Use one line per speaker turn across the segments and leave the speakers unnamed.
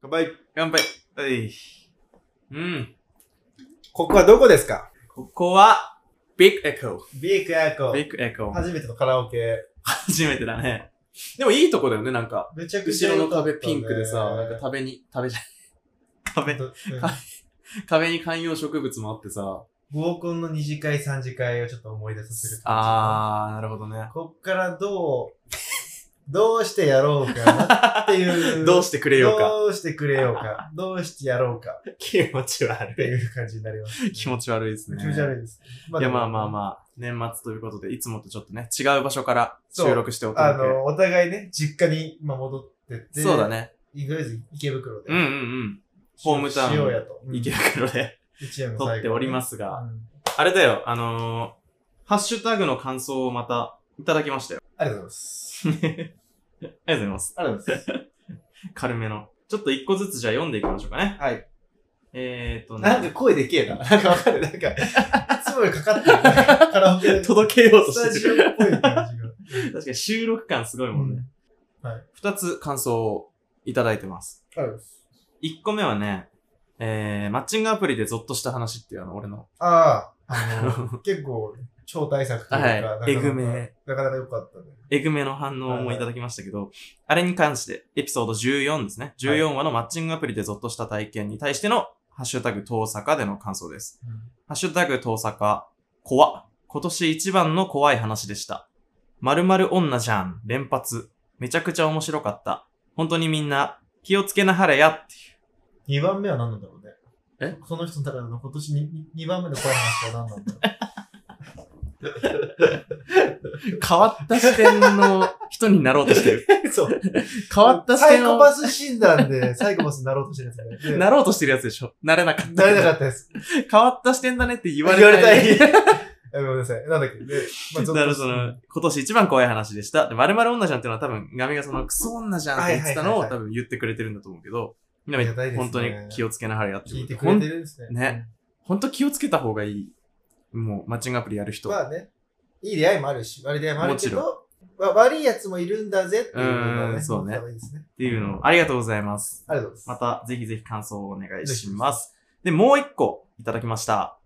乾杯
乾杯。はい。うん。
ここはどこですか
ここは、ビッグエコ
ビークエコ
ー。ビッグエコー。
初めてのカラオケ。
初めてだね。でもいいとこだよね、なんか。
めちゃくちゃ
後ろ
良
の
かったね、
壁ピンクでさ、なんか壁に、壁じゃない。壁、
うん
壁に観葉植物もあってさ。
合コンの二次会、三次会をちょっと思い出させる感
あー、なるほどね
じ。。こっからどう、 どうしてやろうかっていう。
どうしてくれようか。
どうしてくれようか。どうしてやろうか。っ
気持ち悪
て。いう感じになります、
気持ち悪いですね。
気持ち悪いです。ま
いや、まあまあ
あ
まあ、年末ということで、いつもとちょっとね、違う場所から
そう
収録してお
で
く
も。あ
わけ。
の、お互いね、実家に今戻ってって。
そうだ。ね。
とりあえず池袋で。
うんうんホームタウン
しようやと。
うん。池袋で撮っておりますすが、あれだよ、あのー、ハッシュタグの感想をまたいただきましたよ。
ありがとうございます。
ありがとうございます。
ありがとうございます。
軽めの。ちょっと一個ずつじゃあ読んでいきましょうかね。
はい。
えーっとね。
なんか声でけえな。なんかわかる。なんか、いつもよりかかってる、ね。カラオケで。
届けようと
スタ
して
ジオ
る。
っぽい感じが。
確かに収録感すごいうもん
ん。
ね。
はい。
二、つ感想をいただいてます。
あるです。
一個目はね、えー、マッチングアプリでゾッとした話っていうあの、俺の。
ああ、あ の、結構、超大作というか、
はい
なかなか
えぐめ。
なかなか良かったね。
えぐめの反応もいただきましたけど、あれに関して、エピソード14ですね。14話のマッチングアプリでゾッとした体験に対しての、ハッシュタグ遠坂での感想です。ハッシュタグ遠坂、怖。今年一番の怖い話でした。〇〇女じゃん、連発。めちゃくちゃ面白かった。本当にみんな、気をつけなはれやっていう。
2番目は何なんだろうね。
え
その人の中での今年に2番目の怖い話は何なんだろう。
変わった視点の人になろうとしてる。
そう。
変わった視
サイ
点
コ
を。
パス診断でサイコパスになろうとしてるやつだよね。で
なろうとしてるやつでしょなれなかった。
なれなかったです。
変わった視点だねって言われ
言われ
た
た
い。
い。 えごめんなさい。なんだっけ。で、まあ、
なるほど。今年一番怖い話でした。で、〇〇女じゃんっていうのは多分、ガミがその、クソ女じゃんって言ってたの
は
を
いはい
多
は
分言ってくれてるんだと思うけど、みん
ありがたいですね
な本当に気をつけなはれやって
聞いてく
ほ
れ
ん
てるんですね。
ね本当気をつけた方がいい。もう、マッチングアプリやる
う
人。
ん。まあね、いい出会いもあるし、悪い出会いもあるけ
も
ど、わ悪いやつもいるんだぜっていうの
う
が
ん
ね、
そうね
多分いいですね。
っていうのを、ありがとうございます。
ありがとうございま。
ますた、ぜひぜひ感想をお願いします。で、もう一個いただきました。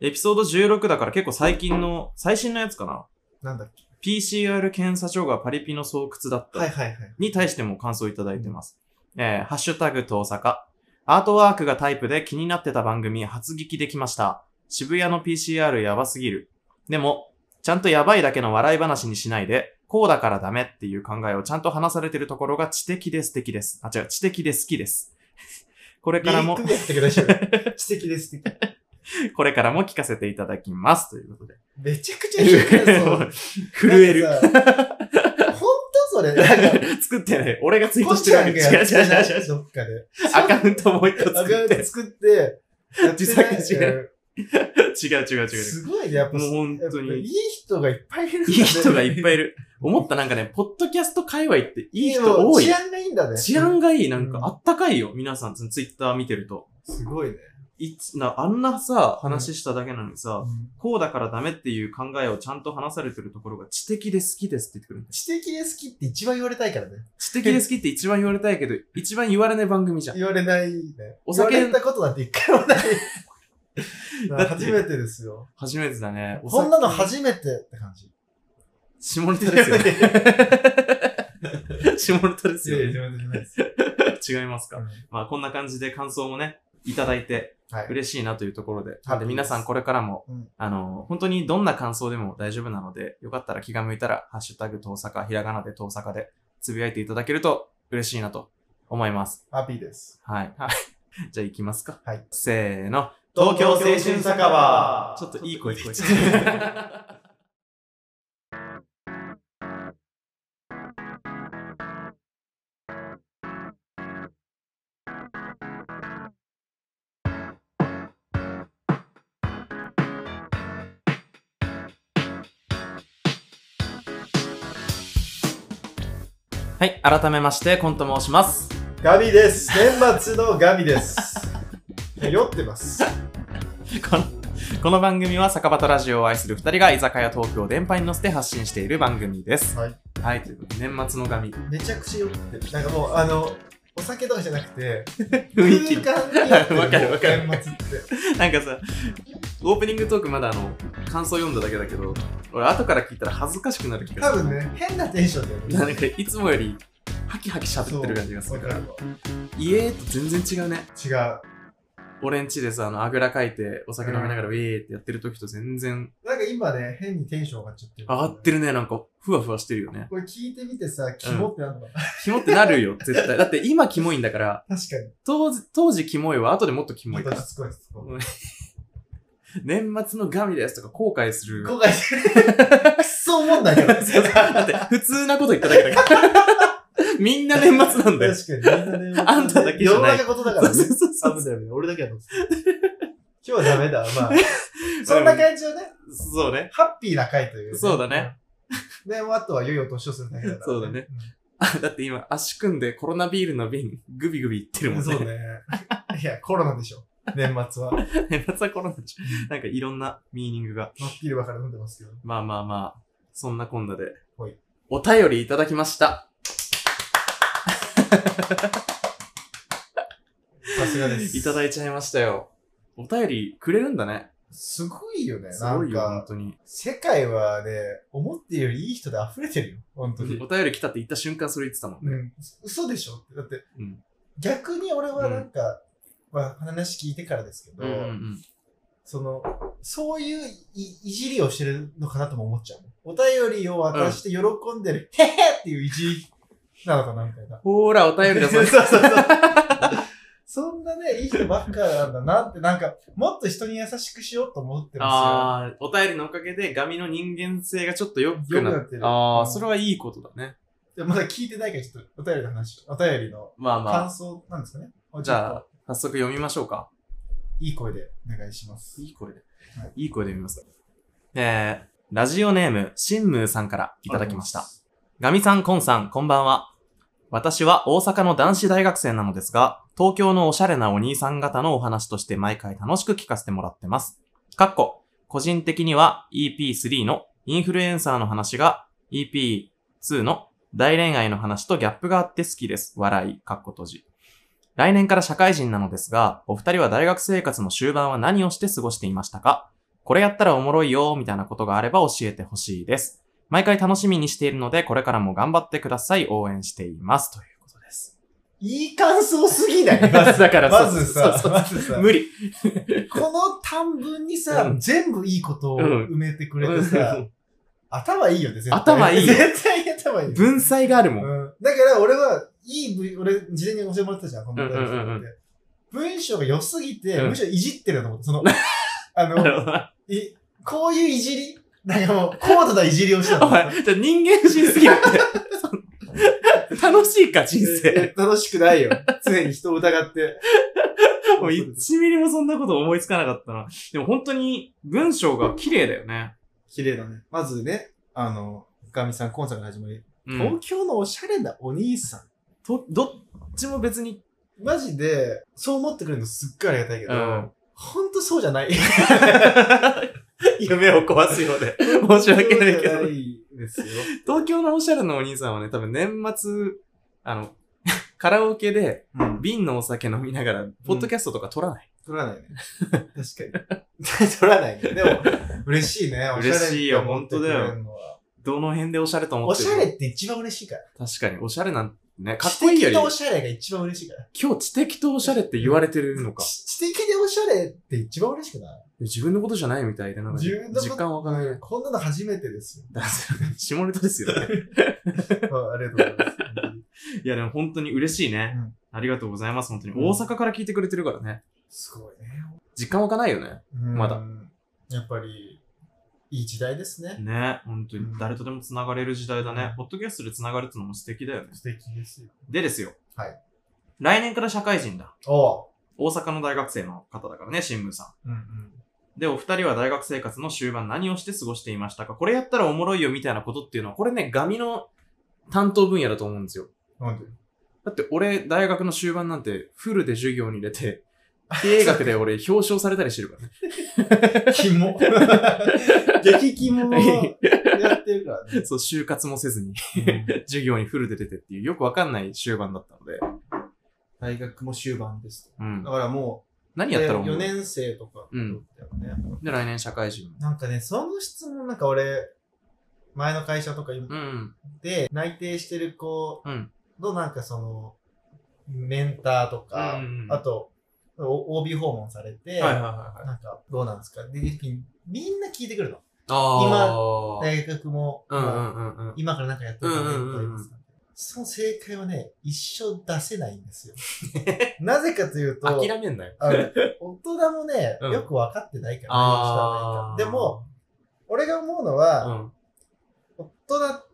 エピソード16だから結構最近の、最新のやつかな。
なんだっけ。
PCR 検査所がパリピの巣窟だった。
はいはいはい。
に対しても感想いただいてます。えーハッシュタグと大阪。アートワークがタイプで気になってた番組初聞きできました。渋谷の PCR やばすぎる。でも、ちゃんとやばいだけの笑い話にしないで、こうだからダメっていう考えをちゃんと話されてるところが知的で素敵です。あ、違う、知的で好きです。 これ
リ
から
リッ
も
ク、でやってください。 素敵です、素敵。
これからも聞かせていただきます。ということで。
めちゃくちゃいい感想
震える。
なんかさほんとそれ。なんか、
作ってね、俺がツイー
こ
ト
っ
して
ち
る
ゃ
わ
ん
け
が
違
や
う
って
違う違う違う
ない。どっかで。
アカウントもう一個
ア
作
カウ
っ
ント
て。
作って、やって
自
ない
作して
うん
違う違う違う違う。
すごいね、やっぱ。
もう本当に
やっぱいい人がいっぱいいるんだ
い
ね
い人がいっぱいいる。思ったなんかね、ポッドキャスト界隈っていい人
もう
多い
治。安がいいんだね。
治安がいい。なんか
うん
あったかいよ。皆さん、ツイッター見てると。
すごいね。
いつ、な、あんなさ、話しただけなのにさ、
うん
こうだからダメっていう考えをちゃんと話されてるところが知的で好きですって言ってくるんだよ
知的で好きって一番言われたいからね。
知的で好きって一番言われ たいけど、一番言われない番組じゃん。
言われないね。
お酒
言われたことなんて一回も ない。
だって
初めてですよ。
初めてだね。
こんなの
お酒
初めてって感じ。
下ネタで すよね。下ネタですよね。
自分で言わないです。
違いますか。まあ、こんな感じで感想もね、いただいて、
はい。
嬉しいなというところで。
ハッピー
で
です
皆さんこれからも、
うん
あの、本当にどんな感想でも大丈夫なので、よかったら気が向いたら、ハッシュタグ遠坂、ひらがなで遠坂で、つぶやいていただけると嬉しいなと思います。
ハッピーです。
はい。はい。 じゃあ行きますか。
はい。
せーの。
東京青春酒場
ちょっといい声で言っ
ち
ち
ょっといい声
ゃう。はい、改めまして、コンと申します。
ガミです。年末のガミです。酔ってます。
この この番組は酒場とラジオを愛する2人が居酒屋トークを電波に乗せて発信している番組です。
はい。
はい、ということで年末の神。
めちゃくちゃ酔ってる。なんかもう、あの、お酒とかじゃなくて、
雰囲気
空間になって
わかるわかる
もう年末って。
なんかさ、オープニングトークまだあの、感想読んだだけだけど、俺後から聞いたら恥ずかしくなる気が
多
する。
分ね、変なテンションだよね。
なんかいつもより、ハキハキ喋ってる感じがす
そう
るか。
わからるわ
家と全然違うね。
違う。
俺ん家でさ、あの、あぐらかいて、お酒飲みながらウェーってやってる時と全然
なんか今ね、変にテンション上がっちゃってる。
上がってるね。なんか、ふわふわしてるよね。
これ聞いてみてさ、キモってなるのかな、
キモってなるよ、絶対。だって今キモいんだから、
確かに。
当時、当時キモいは後でもっとキモ
も
いうか
こ
ら
し。つこいしつこい。
年末のガミですとか後悔する。
後悔してる。くっそ思うんだけど。
そうそうだって、普通なこと言っただけだから。 みんな年末なんだよ。
確かにみんなね。
あんただけじゃな
世の
い
中ことだか
そう
ら
そ
ね
う。そ
危な
うそう。
い危ない。俺だけだと思ってた今日はダメだ。まあ。そんな感じをね、
そうね。
ハッピーな回という、
そうだね。
で、もうあとは良いお年をするだけだから、
そうだね。あだって今、足組んでコロナビールの瓶、グビグビいってる
う
も
ん
ん
そう
ね。
ね。いや、コロナでしょ。年末は。はっ
年末はコロナでしょ。なんかいろんなミーニングが。
きり分から飲んでますけど。
まあまあまあ、そんなこんなで
はい。
お便りいただきました。
さすがです。
いただいちゃいましたよ。お便りくれるんだね。
すごいよね。
す
な
ご
ん
いよ、本
か、
当に。
世界はね、思ってるよりいい人で溢れてるよ。本当に。
お便り来たって言った瞬間それ言ってたもん
う
ね。
ん。嘘でしょってだって、
うん
逆に俺はなんか、まあ話聞いてからですけど、
うんうん
その、そういういいじりをしてるのかなとも思っちゃう。お便りを渡して喜んでる、へへっていういじりなのかなみたいな。
ほーら、お便りだ、そ
そう
れ
そうそう。 そんなね、いい人ばっかなんだなって、なんか、もっと人に優しくしようと思ってま
ああ、お便りのおかげでガミの人間性がちょっと良く
良く
な
な
っ
ってて
る。
る
あ
う
あ、
ん
それはいいことだね。
すよ。でまだ聞いてないから、ちょっとお便りの話、お便りの
まあま
感
あ、
想なんですかね。
じゃ
あ、
あ、早速読みましょうか。
いい声でお願いします。
いい声で
は。
いい声で読みます。えー、ラジオネーム、シンムーさんからい
い
ただきました。。ガミさん、コンさん、こんばんは。私は大阪の男子大学生なのですが、東京のおしゃれなお兄さん方のお話として毎回楽しく聞かせてもらってます。かっこ、個人的には EP3 のインフルエンサーの話が EP2 の大恋愛の話とギャップがあって好きです。笑い、かっこ閉じ。来年から社会人なのですが、お二人は大学生活の終盤は何をして過ごしていましたかこれやったらおもろいよ、みたいなことがあれば教えてほしいです。毎回楽しみにしているので、これからも頑張ってください。応援しています。ということです。
いい感想すぎない まず
だから
ま
そう
ずさ
そうそう、
まずさ、
無理。
この短文にさ、
うん
全部いいことを
うん
埋めてくれてさ、頭いいよね、絶対。
頭いいよ
絶対頭いいよ。
文才がある
う
もん。
ん、だから俺は、いい文、俺、事前に教えてもらったじゃん、この文章って、
うんうんうんうん
文章が良すぎて、
うん
むしろいじってると思って、 その、あ
なる
の、
ほどな
いこういういじりなんかもう、高度ないじりをした
お
の。
前、じゃあ人間不信すぎるって。 その楽しいか、人生。
え楽しくないよ。常に人を疑って。
もう1ミリもそんなこと思いつかなかったな。でも本当に文章が綺麗だよね。
綺麗だね。まずね、あの、ガミさん、コンさんから始まり、
うん。
東京のおしゃれなお兄さん。
と、どっちも別に、
マジで、そう思ってくれるのすっごいありがたいけど、
うん
ほんとそうじゃない。
夢を壊すようで。申し訳な
そう
いけ
じゃな
ど。
いですよ。
東京のおしゃれのお兄さんはね、多分年末、あの、 カラオケで、
うん。
瓶のお酒飲みながら、ポッドキャストとか撮らない。
取らないね。確かに。取らないね。でも、嬉しいね。おしゃれって
嬉しいよ
思ってくれるのは。
どの辺でおしゃれと思
お
って
し
る
ゃれって一番嬉しいから。
確かに、おしゃれなんてね。かっこ
知
いいよ
的
り、
とおしゃれが一番嬉しいから。
今日知的とおしゃれって言われてるのか。
知知的でおしゃれって一番嬉しくない
自分のことじゃないみたいで、なんか、
自分のこと
実感わからない。
こんなの初めてですよ。
だ下ネタですよね。
あありがとうございます。
いや、でも本当に嬉しいね。
うん
ありがとうございます、本当に。
うん
大阪から聞いてくれてるからね。
すごいね。
実感わかないよね。まだ
うん。やっぱり、いい時代ですね。
ね、本当に
う。ん
誰とでも繋がれる時代だね
う。ん
ポッドキャストで繋がるってのも素敵だよね。
素敵ですよ。
でですよ。
はい。
来年から社会人だ。
おう。
大阪の大学生の方だからね、新聞さん。
うんうん。
で、お二人は大学生活の終盤何をして過ごしていましたかこれやったらおもろいよみたいなことっていうのは、これね、ガミの担当分野だと思うんですよ。
なんで
だって俺、大学の終盤なんてフルで授業に入れて、経営学で俺表彰されたりしてるからね。
キ モ。激キモをやってるから ね。
そう、就活もせずに授業にフルで出てっていうよくわかんない終盤だったので、
大学も終盤ですと。
うん
だ。からもう、
何やったら思
4
う
年生とかだよね。
で、来年社会人。
なんかね、その質問なんか俺、前の会社とか今
うん。
で、内定してる子
うん。
のなんかその、メンターとか、
うん
あと、お OB 訪問されて、
はいはいはい。
なんか、どうなんですかで、みんな聞いてくるの。
あ
大学も、
あ。うんう
まあ
んうんうん。
今からなんかやってる方い
うんうんうんうん
っぱいいますからその正解はね、一生出せないん ですよ。なぜかというと、
諦めんなよ。
あの大人もね、
うん
よく分かってないから、何をしたら
あ
いいか
あ。
でも、、俺が思うの
う
は、
ん。
大人っ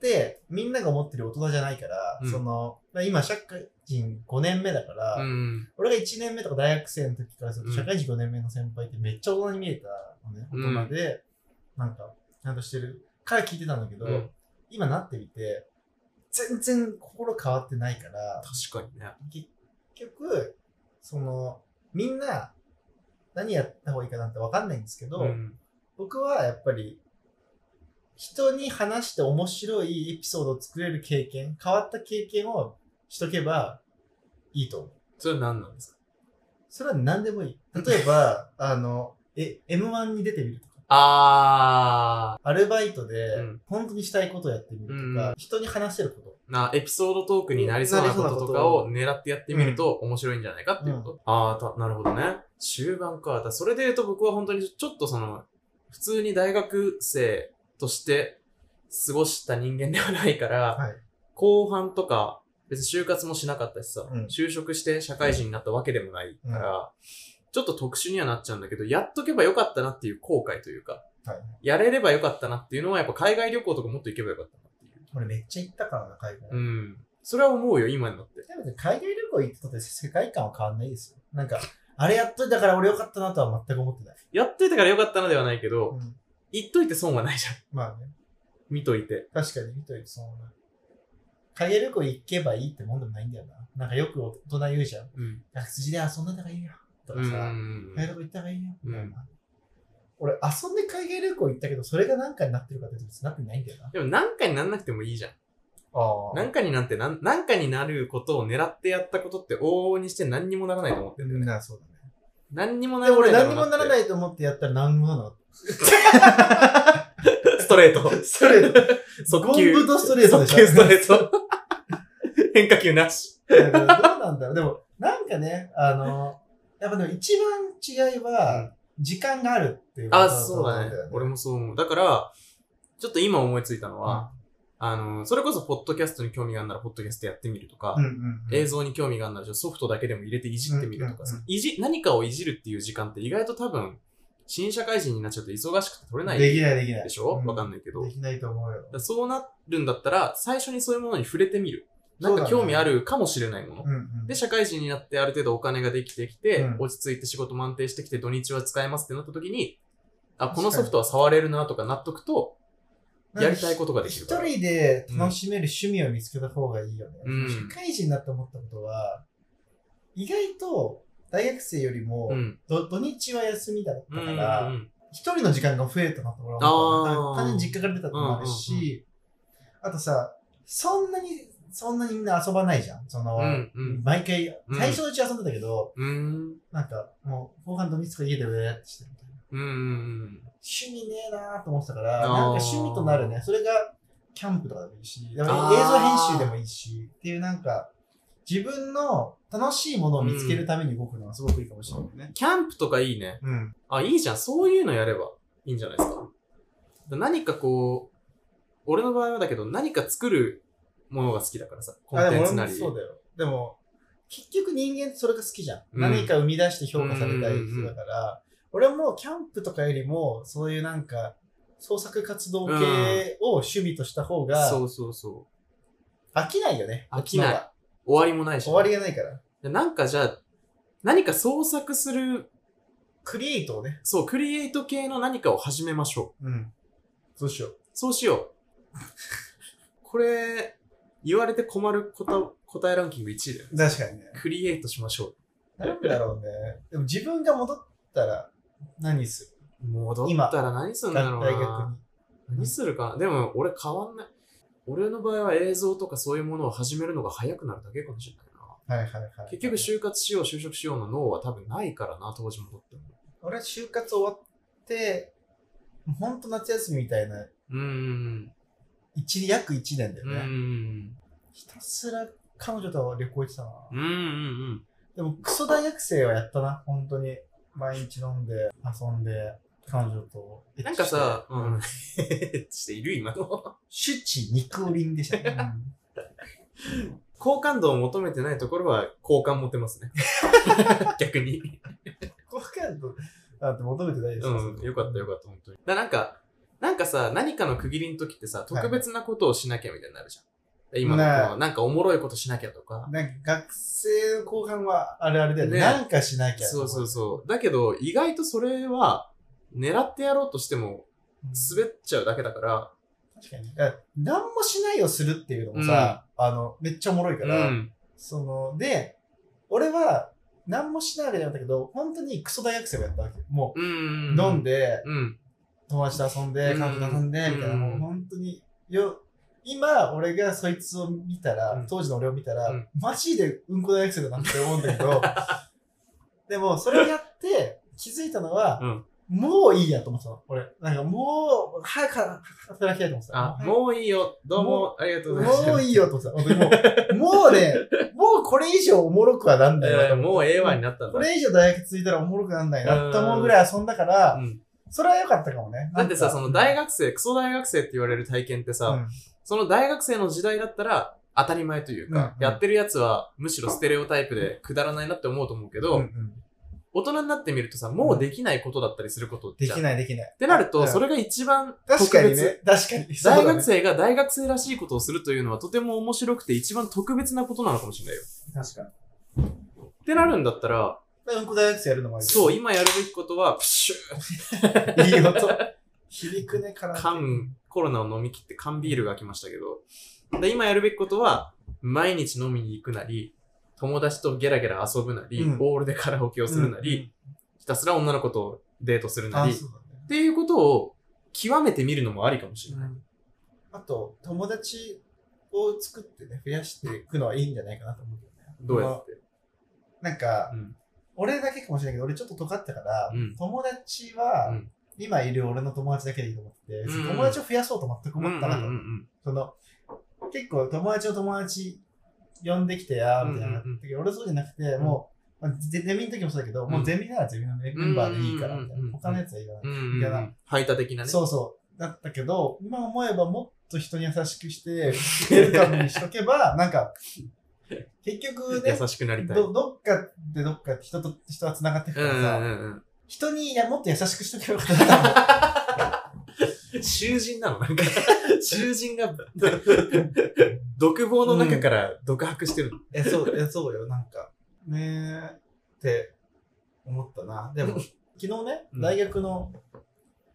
て、みんなが思ってる大人じゃないから、
うん
その、まあ今、社会人5年目だから、
うん。
俺が1年目とか大学生の時からすると、
うん
社会人5年目の先輩ってめっちゃ大人に見えたのね、
うん
大人で、なんか、ちゃんとしてるから聞いてたんだけど、
うん
今なってみて、全然心変わってないから、
確かにね。
結局、その、みんな、何やった方がいいかなんてわかんないんですけど、
うん。
僕はやっぱり、人に話して面白いエピソードを作れる経験、変わった経験をしとけばいいと思う。
それは何なんですか
それは何でもいい。例え ば、あの、え、M1 に出てみるとか、
あ
アルバイトで
うん、
本当にしたいことをやってみるとか、
う
人に話せるこ
ー。な、エピソードトークになりそうなこととかを狙ってやってみると面白いんじゃないかっていうこと。ああ、たなるほどね。終盤か。だそれで言うと僕は本当にちょっとその、普通に大学生として過ごした人間ではないから、
と。はい。
後半とか、別に就活もしなかったしさ、
うん
就職して社会人になったわけでもないから、ちょっと特殊にはなっちゃうんだけど、やっとけばよかったなっていう後悔というか、
はい。
やれればよかったなっていうのは、やっぱ海外旅行とかもっと行けばよかったなっていう。
俺めっちゃ行ったからな、海外。
うん。それは思うよ、今になって。
でもね海外旅行行ったとて世界観は変わんないですよ。なんか、あれやっといたから俺よかったなとは全く思ってない。
やっといたからよかったなではないけ
う
ど、
ん、
行っといて損はないじゃん。
まあね、
見といて。
確かに見といてその海外旅行行けばいいってもんでもないんだよな。なんかよく大人言うじゃん。
うん。
あ筋で遊んだ方がいいよ。と
う
か
ん
さ、
うん
海外旅行行った方がいいよ。みたいな。
うん
俺、遊んで海外旅行行ったけど、それが何かになってるかって別になってないんだよな。
でも、なんかになんなくてもいいじゃん。
あ
なんかになんてなん、なんかになることを狙ってやったことって往々にして何にもならないと思ってんだよね。
なそうだね。
何にもな
で
らない
俺
だろ
何
う
にもなら
って
ないと思ってやったら何もならなかっ
ストレート。
た。それ、
速
ゴン
球。
ブとストレートでしょ
速球ストレート。変化球なし。
だからどうなんだろう。でも、なんかね、あの、やっぱでも一番違いは、時間があるっていうこと
あ、
だと
そ
思
うだ
ん
ね
よ。
俺もそう思う。だから、ちょっと今思いついたのは、あの、それこそポッドキャストに興味があるなら、ポッドキャストやってみるとか、
うんうんうん。
映像に興味があるなら、ソフトだけでも入れていじってみるとか、
うんうんうん
そのいじ、何かをいじるっていう時間って意外と多分、新社会人になっちゃって忙しくて取れない
でき
で
ないできない。
しょわかん
な
ないけど。
できないと思うよ
だか。らそうなるんだったら、最初にそういうものに触れてみる。な
そ
ん
うだ
か
ね
興味あるかもしれないもの。
うんうん。
で、社会人になってある程度お金ができてきて、
うん
落ち着いて仕事も安定してきて、土日は使えますってなった時に、あ、
確か
こ
に
のソフトは触れるなとか納得と、やりたいことができるから。
一人で楽しめる趣味を見つけた方がいいよね。
うん
社会人になって思ったことは、意外と大学生よりも、
うん。
ど土日は休みだった
う
か
ん。
ら、
うん
一人の時間が増えたなと俺は思っ
あー
た。単純に実家から出たってのもあるし、
うんうん
あとさ、そんなに、そんなにみんな遊ばないじゃん。その、
うんうん
毎回、
うん
最初のうち遊んでたけど、
うん。
なんかもう後半土日とか家でウェーってしてるみたいな。
うん。うん。
趣味ねえなーと思ってたから、な
あ
ん
ー
か趣味となるね。それがキャンプとかでもいいし、でも映
あー
像編集でもいいし、っていうなんか、自分の楽しいものを見つけるために動くのはすごくいいかもしれないね。
キャンプとかいいね。
うん。
あ、いいじゃん。そういうのやればいいんじゃないですか。何かこう、俺の場合はだけど、何か作るものが好きだからさ。コンテンツなり。
あでも俺もそうだよ。でも、結局人間ってそれが好きじゃん。
うん
何か生み出して評価されたい人だから、俺もキャンプとかよりも、そういうなんか、創作活動系を趣味とした方が、
そうそうそう。
飽きないよね。
飽きない
こっちの方が
終わりもないし、
終わりがないから。
でなんかじゃあ、何か創作する、
クリエイトをね。
そう、クリエイト系の何かを始めましょ
うん。そうしよう
う。。そうしよ う。これ、言われて困ること答えランキング1位だよ。
確かにね。
クリエイトしましょ
なんだろうね。でも自分が戻ったら、何す
う。戻ったら何する
る大
んだろう
学
な。
に。
何するかな。でも、俺変わんない。俺の場合は映像とかそういうものを始めるのが早くなるだけかもしれないな。
はいはいはい。
結局、就活しよう、就職しようの脳は多分ないからな、当時もとっても。
俺は就活終わって、ほんと夏休みみたいな、
うーん。
一約1年だ
う
よ
ー
ね。
ん。
ひたすら彼女とは旅行行ってたな。
うんうん
でも、クソ大学生はやったな、本当に。毎日飲んで、遊んで、彼女と。
うん。
エ
な
ッチして
んか、さ、う
うん
ん。している今の。
シュチ肉おりんでした ね。
好感度を求めてないところは好感持てますね。 逆に。
好感度なんて求めてないです
うん、よかったよ
かっ
かった、本当に。だなんか、なんかさ、何かの区切りの時ってさ、
い
特別なことをしなきゃみたいになるじゃん。今の
ねえ
このなんかおもろいことしなきゃとか。
なんか学生の後半はあれあれだよね。
ね
なんかしなきゃ。
そうそうそう。だけど、意外とそれは、狙ってやろうとしても、
うん。
滑っちゃうだけだから、
確かに。だから何もしないをするっていうのもさ、あの、めっちゃおもろいから、
うん。
その、で、俺は何もしないわけじゃなかったけど、本当にクソ大学生をやったわけ。も
うん
う、
うん。
飲んで、
うん。
友達と遊んで、
うん
彼女と遊んで、みたいな、
うん
もう本当に、よ、今、俺がそいつを見たら、
うん
当時の俺を見たら、
うん
マジでうんこ大学生だなって思うんだけ ど、でも、それをやって、気づいたのは、
うん
もういいやと思ってたの、俺。なんか、もう、早く働きたいと思ってた。
あ、もういいよ。どうも、ありがとうございます。
もういいよとさ、本当にもう、もうね、もうこれ以上おもろくはなんないな
え
と
ー。
思う。
もうええわになったんだ。
これ以上大学着いたらおもろくなんないなって思うぐらい遊んだか
う
ら、
ん
それは良かったかもね。
だってさ、
なんか
その大学生、クソ大学生って言われる体験ってさ、
うん
その大学生の時代だったら当たり前というか、
うん
やってるやつはむしろステレオタイプでくだらないなって思うと思うけど、
うんうん
大人になってみるとさ、もうできないことだったりすること
で
じゃん。
き
っ
ないできない。って
なると、それが一番特別。
確かにね。確かに。
大
そうだ
学
ね
生が大学生らしいことをするというのはとても面白くて一番特別なことなのかもしれないよ。
確かに。
ってなるんだったら、
うんこ大学生やるのもあり
そう、今やるべきことは、プシュー
う。いい音。響くね、から。
缶、コロナを飲み切って缶ビールが来ましたけど、で今やるべきことは、毎日飲みに行くなり、友達とゲラゲラ遊ぶなり、
うん
オールでカラオケをするなり、ひたすら女の子とデートするな
あ、
り、っ
そう
ていうことを極めてみるのもありかもしれ
だ
ない。
ね。あと、友達を作ってね、増やしていくのはいいんじゃないかなと思うけどね。
どうやって。
なんか、
うん
俺だけかもしれないけど、俺ちょっと尖ったから、
うん
友達は、
うん
今いる俺の友達だけでいいと思ってて、別
うん
に友達を増やそうと全く思ったなと、
うんうんうん
その、結構友達の友達呼んできてや、みたいな、
うんうん
俺そうじゃなくて、
ん
もう、まあゼゼミの時もそうだけど、もうゼミならゼミのメンバーでいいから、みたい
うんうんうんう
な。
ん
他のやつはいらない。
う
い
ん
やな
排他的なね。
そうそう。だったけど、今思えばもっと人に優しくして、ウェルカムにしとけ ば、なんか、結局ね、
優しくなりたい。
どどっかでどっか人と人は繋がってく
う
か
んう
らさ、
んうん
人にいやもっと優しくしとけばよかったなと思
うん。囚人なのなんか、 囚人が、 独房の中から独 白してるの。
うえそうえそうよなんかねえって思ったなで も昨日ね
うん
大学の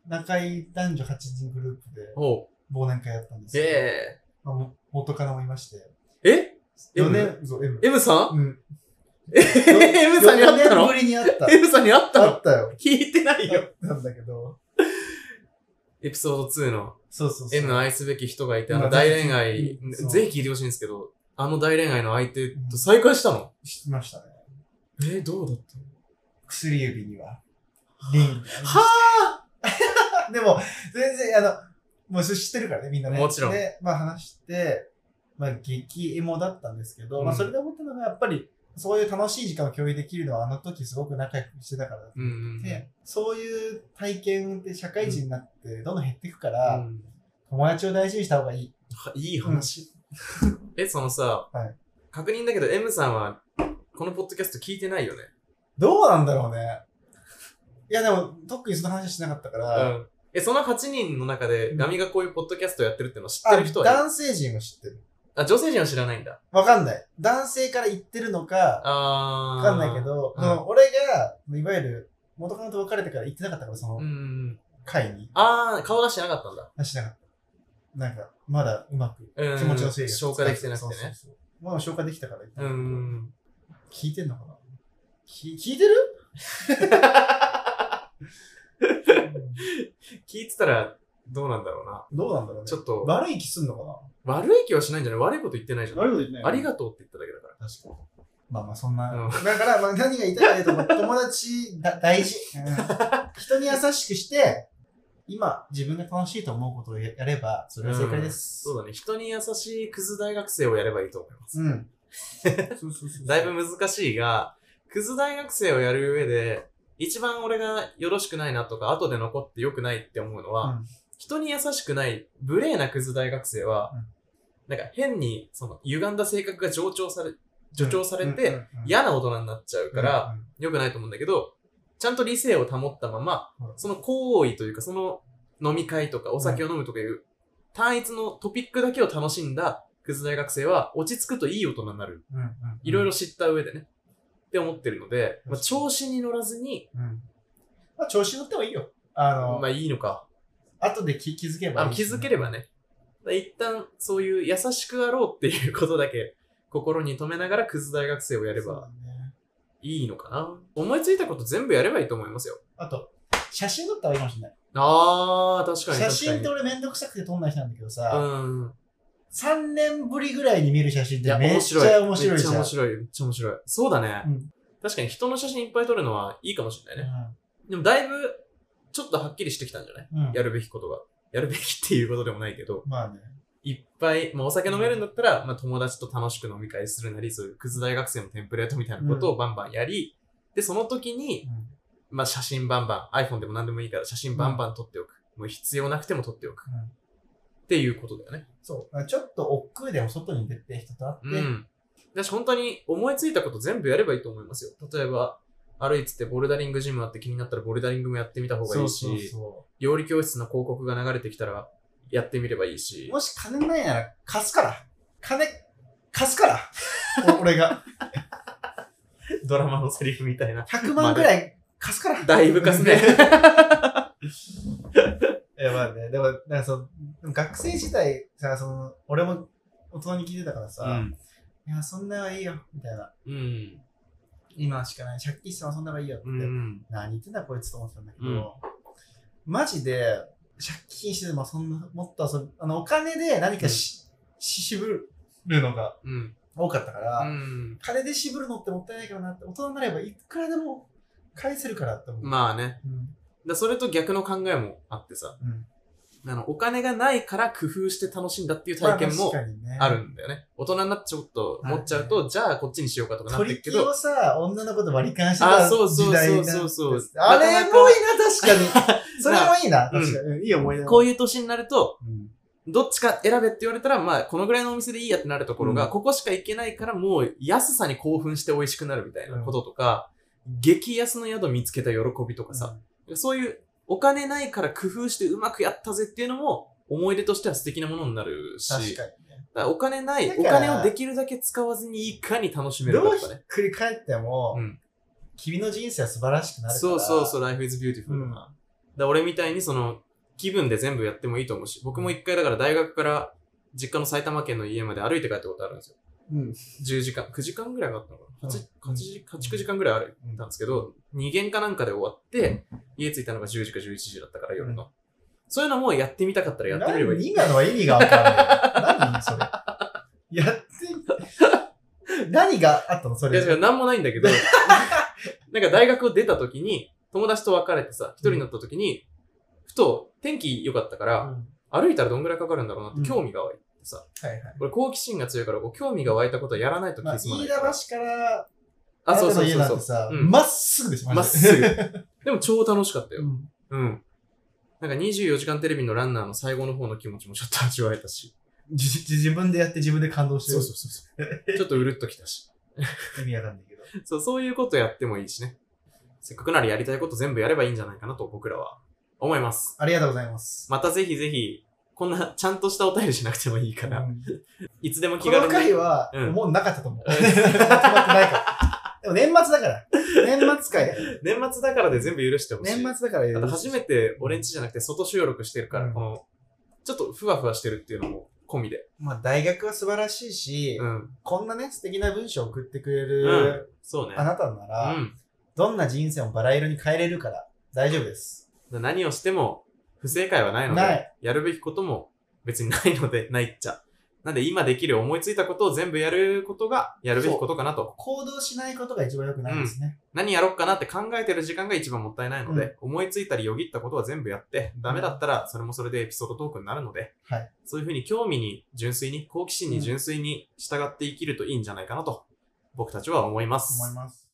仲居男女8人グループで
おう
忘年会やったんですよ、
え
まあも元カノもいまして
ええ
4
M？
年そう M
M さん
うん
M さんに会っ
4年
たの
ぶりに会った
?M さんに会った
会
の
ったよ
聞いてない
会
よ。
ったんだけど
エピソード2の
そうそうそう
M 愛すべき人がいて、あ
ま
の
あ
大恋愛
うん、そう
ぜひ聞いてほしいんですけど、あの大恋愛の相手と再会したの、
しましたね
えー、どうだったの
薬指にはリンがありました
は
でも、全然、あの、もう知ってるからね、みんなね。
もちろん
で、まあ話して、まあ激エモだったんですけど、
うん
まあそれで思ったのが、やっぱり、そういう楽しい時間を共有できるのは、あの時すごく仲良くしてたからだと
ぁうんうん
で、そういう体験って社会人になってどんどん減っていくか
う
ら、
ん
友達を大事にした方がいい。
はいい話。え、そのさ、
はい
確認だけど M さんは、このポッドキャスト聞いてないよね。
どうなんだろうね。いやでも、特にその話はしなかったから、
ん。え、その8人の中で、
うん
ガミがこういうポッドキャストやってるっての知っ
あ
てる人はいる
男性陣は知ってる。
あ、女性陣は知らないんだ。
わかんない。男性から言ってるのか、
あー。
わかんないけど、
う
そ
ん
の俺が、いわゆる元カノと別れてから行ってなかったから、そ
うんう
の
んうん。
会に。
あー、顔出してなかったんだ。
出しなかった。なんか、まだうまく
うん
気持ちの整理がつか
消化できてなくてね。
そうそうそうまあ消化できたから行った
うん
だ
ん
け
う
ど
ん
聞いてんのかなき聞い てるうん
聞いてたらどうなんだろうな。
どうなんだろうね。
ちょっと
悪い気すんのか
悪い気はしなないんじゃない悪いこと言ってないじゃ。
なん悪いこと言って
あり
が
がとうって言っただけだから。
確かまあまあそんな。
うん
だから、まあ何が言いたいかというと、まあ友達だ大事、うん人に優しくして、今自分が楽しいと思うことをややれば、それは正解です。
そうだね。人に優しいクズ大学生をやればいいと思います。
うん。そうそうそう
だいぶ難しいが、クズ大学生をやる上で、一番俺がよろしくないなとか、後で残って良くないって思うのは、
うん
人に優しくない、無礼なクズ大学生は、なんか変に、その、歪んだ性格が助長され、助長されて、、嫌な大人になっちゃうから、良くないと思うんだけど、ちゃんと理性を保ったまま
うん、
その行為というか、その飲み会とかお酒を飲むとかいう、単一のトピックだけを楽しんだクズ大学生は、落ち着くといい大人になる。いろい
ろ。
ろ知った上でね。って思ってるので、
確か
まあ、
に
調子に乗らずに、
うんまあ調子乗ってもいいよ。あの、
まあいいのか。
後で気気づけばい
あ
い
の気づければね。だから一旦、そういう優しくあろうっていうことだけ、心に留めながらクズ大学生をや
や
れば。いいのかな。思いついたこと全部やればいいと思いますよ。
あと、写真撮った方がいいかもしれない。
あー、確かに確か
写
に。
真って俺めんどくさくて撮んない人なんだけどさ、
うん。
3年ぶりぐらいに見る写真っ
い
て
や、
め
面
っち
白い。
ゃ面白い
めっ
じ
ち
ゃ
ゃ
ん。
面白い。めっちゃ面白い。そうだね。
うん
確かに人の写真いっぱい撮るのはいいかもしれないね。でもだいぶ、ちょっとはっきりしてきたんじゃない
うんうん
やるべきことが。やるべきっていうことでもないけど、
まあね。
いっぱい、まあ、お酒飲めるんだったら、まあ、友達と楽しく飲み会するなり、そういうクズ大学生のテンプレートみたいなことをバンバンやり、で、その時に、
う
まあ、写真バンバン、iPhone でも何でもいいから写真バンバン撮っておく。もう必要なくても撮っておく。
んうん
っていうことだよね。
そう。だからちょっと億劫でも外に出て人と会って、
うん。だし、本当に思いついたこと全部やればいいと思いますよ。例えば、歩いててボルダリングジムあって気になったらボルダリングもやってみた方がいいし、
そうそうそ
料理教室の広告が流れてきたらやってみればいいうし、
もし金ないなら貸すから。金、貸すから。お俺 が。
ドラマのセリフみたいな。
100万ぐらい貸すから。
だいぶ貸 すね。
いやまあね、でも、なんかその、でも学生時代さ、その、俺も大人に聞いてたからさ、
うん。
いや、そんなはいいよ、みたいな。
うん。
今しかない。借金してもそんなはいいよって。
うん。
何言ってんだこいつと思ってたんだけど、
うん
マジで、借金してでもそんな、もっと遊びあの、お金で何かし、し渋るのが
うん。
多かったから、
うん。
金で渋るのってもったいないからなって、大人になればいくらでも返せるからって思う。
まあね。
うん。
だそれと逆の考えもあってさ、
うん。
あの、お金がないから工夫して楽しんだっていう体験も
まあ確かにね
あるんだよね。大人になってちょっと持っちゃうと、じゃあこっちにしようかとかなって
取
る
り
け
木
ど、
をさ、女の子と割り勘して
あ
た
そうそう
時代
そ
な
うそうそうそう
あれもいいな、確 かに。それもいいな、
うん
確かに。うんいい思い出だな。
こういう年になると、
うん
どっちか選べって言われたら、まあ、このぐらいのお店でいいやってなるところが、
うん
ここしか行けないから、もう安さに興奮して美味しくなるみたいなこととか、激安の宿見つけた喜びとかさ、そういうお金ないから工夫してうまくやったぜっていうのも、思い出としては素敵なものになるし、
確か
だか
にね。
らお金ない
だ、
お
から
金をできるだけ使わずにいかに楽しめる
ど
か
うひ
とか
っ
ね。
くり返っても、
うん
君の人生は素晴らしくなるから。。
そうそうそうう、Life is Beautiful だ
う
な。
ん
だから俺みたいにその、気分で全部やってもいいと思うし、僕も一回だから大学から実家の埼玉県の家まで歩いて帰ったことあるんですよ。
うん。
10時間、9時間ぐらいかかったのかな。8、
うん
8時、8、9時間ぐらい歩いたんですけど、2限かなんかで終わって、家着いたのが10時か11時だったから夜の。そういうのもやってみたかったらやってみればい
何
い。
今のは意味がわかんない。何それ。やって、何があったのそ
い
れ。
や、だからなんもないんだけど、 なんか大学を出た時に、友達と別れてさ、一人になった時に、ふと天気良かったから、
うん
歩いたらどんぐらいかかるんだろうなって
うん
興味が湧いてさ、
はいはい。
俺好奇心が強いから、こう興味が湧いたことはやらないと気
まあ、
づまな
飯
い
田
から。
橋から、
あ、そう
なた
そ
の
う
家
そう
な
そ
ん
う
て。さ、
うん
まっすぐでしょ、
ま
マ
っ
ジ
す
で
ぐ。でも超楽しかったよ。
うん
うん。なんか24時間テレビのランナーの最後の方の気持ちもちょっと味わえたし、
じじ自分でやって自分で感動してる。
そうちょっとうるっときたし。
意味わかんないけど。
そう、そういうことやってもいいしね。せっかくならやりたいこと全部やればいいんじゃないかなと僕らは思います。
ありがとうございます。
またぜひぜひ、こんなちゃんとしたお便りしなくてもいいから、
うん
いつでも気
この
軽に
回。は、
うん
もうなかったと思う。 止まってないから。でも年末だから。年末回だから。
年末だからで全部許してほしい。
年末だから
あと初めて俺んちじゃなくて外収録してるから、
うん
この、ちょっとふわふわしてるっていうのも込みで。
まあ大学は素晴らしいし、
うん。
こんなね、素敵な文章を送ってくれ
うん
る、
そうね。
あなたなら、
うん。
どんな人生もバラ色に変えれるから大丈夫です。
何をしても不正解はないので、
ない
やるべきことも別にないので、ないっちゃなんで今できる思いついたことを全部やることがやるべきことかなと。
行動しないことが一番良くないですね。
何やろっかなって考えてる時間が一番もったいないので、思いついたりよぎったことは全部やって、ダメだったらそれもそれでエピソードトークになるので、
はい
そういうふうに興味に純粋に、好奇心に純粋に従って生きるといいんじゃないかなと、僕たちは思います。
思います。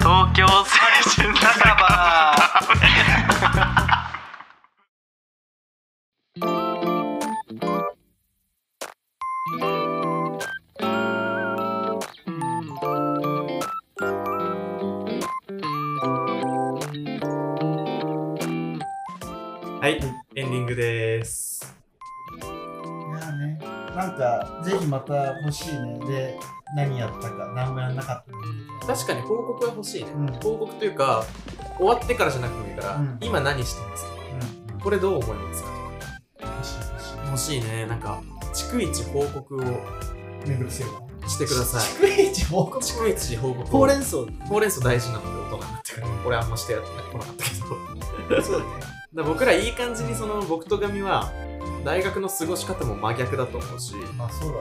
東京青春酒場
はい、エンディングです。
いやーね、なんか、ぜひまた欲しいね。で、何やったか、何もやんなかったか
確かに報告は欲しいね。
うん
報告というか、終わってからじゃなくてもいいから、
うん
今何してますか
に。うん。
これどう思いますか
欲しい欲し
欲しいね。なんか、逐一報告を
い。めんどくせえわ。
してください。
い。逐一報告。
逐一報告を
ほうれん草。
ほうれん草大事なので大人になってから俺あんましてやってこなかったけどだか
そうだね。
ら僕らいい感じにその僕と神は大学の過ごし方も真逆だと思うし
まあそうだね。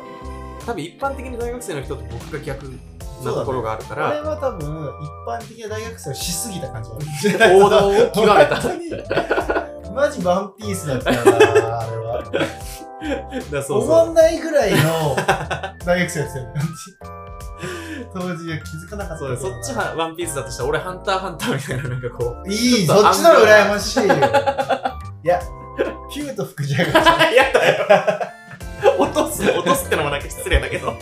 多分一般的に大学生の人と僕が逆なところがあるか
これ
ら、
は多分、一般的な大学生をしすぎた感じがある。
王道を極めた だか
本当に。マジワンピースだったよな、あれは。
らそう
思わ
そ
んないぐらいの大学生やってたよ。当時は気づかなかった
うそうだそっち
は。
はワンピースだとしたら俺ハンターハンターみたいななんかこう
いい、
ちょ
そ
っと
っちの方が羨ましいよ。いや、ピューと福じゃが。
やだよ落とす落とすってのもなんか失礼だけど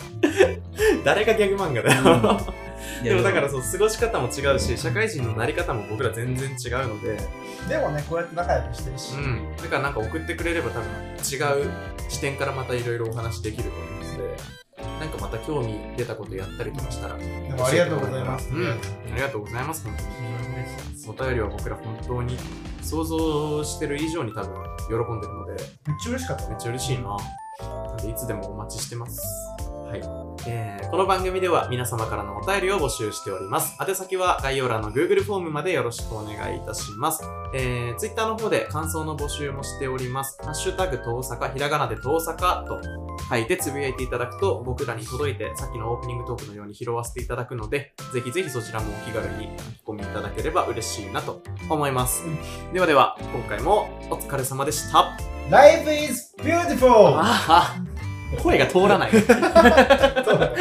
誰がギャグ漫画だよ でもだからそう過ごし方も違うし社会人のなり方も僕ら全然違うので、
でもね、こうやって仲良くしてるし。
うん、だからなんか送ってくれれば多分違う視点からまたいろいろお話できると思うのでなんかまた興味出たことやったりとかしたら
でもありがとうございます。
うん、ありがとうございます本当にお便りは僕ら本当に想像してる以上に多分喜んでるので
めっちゃ嬉しかった
め
ね
っ。ちゃ嬉しいな。なんでいつでもお待ちしてます。はい。えーこの番組では皆様からのお便りを募集しております。宛先は概要欄の Google フォームまでよろしくお願いいたします。えー、Twitter の方で感想の募集もしております。ハッシュタグ、遠坂、ひらがなで遠坂と書いてつぶやいていただくと僕らに届いてさっきのオープニングトークのように拾わせていただくので、ぜひぜひそちらもお気軽に書き込みいただければ嬉しいなと思います。ではでは、今回もお疲れ様でした。
Life is beautiful!
ああ声が通らない。
そうだね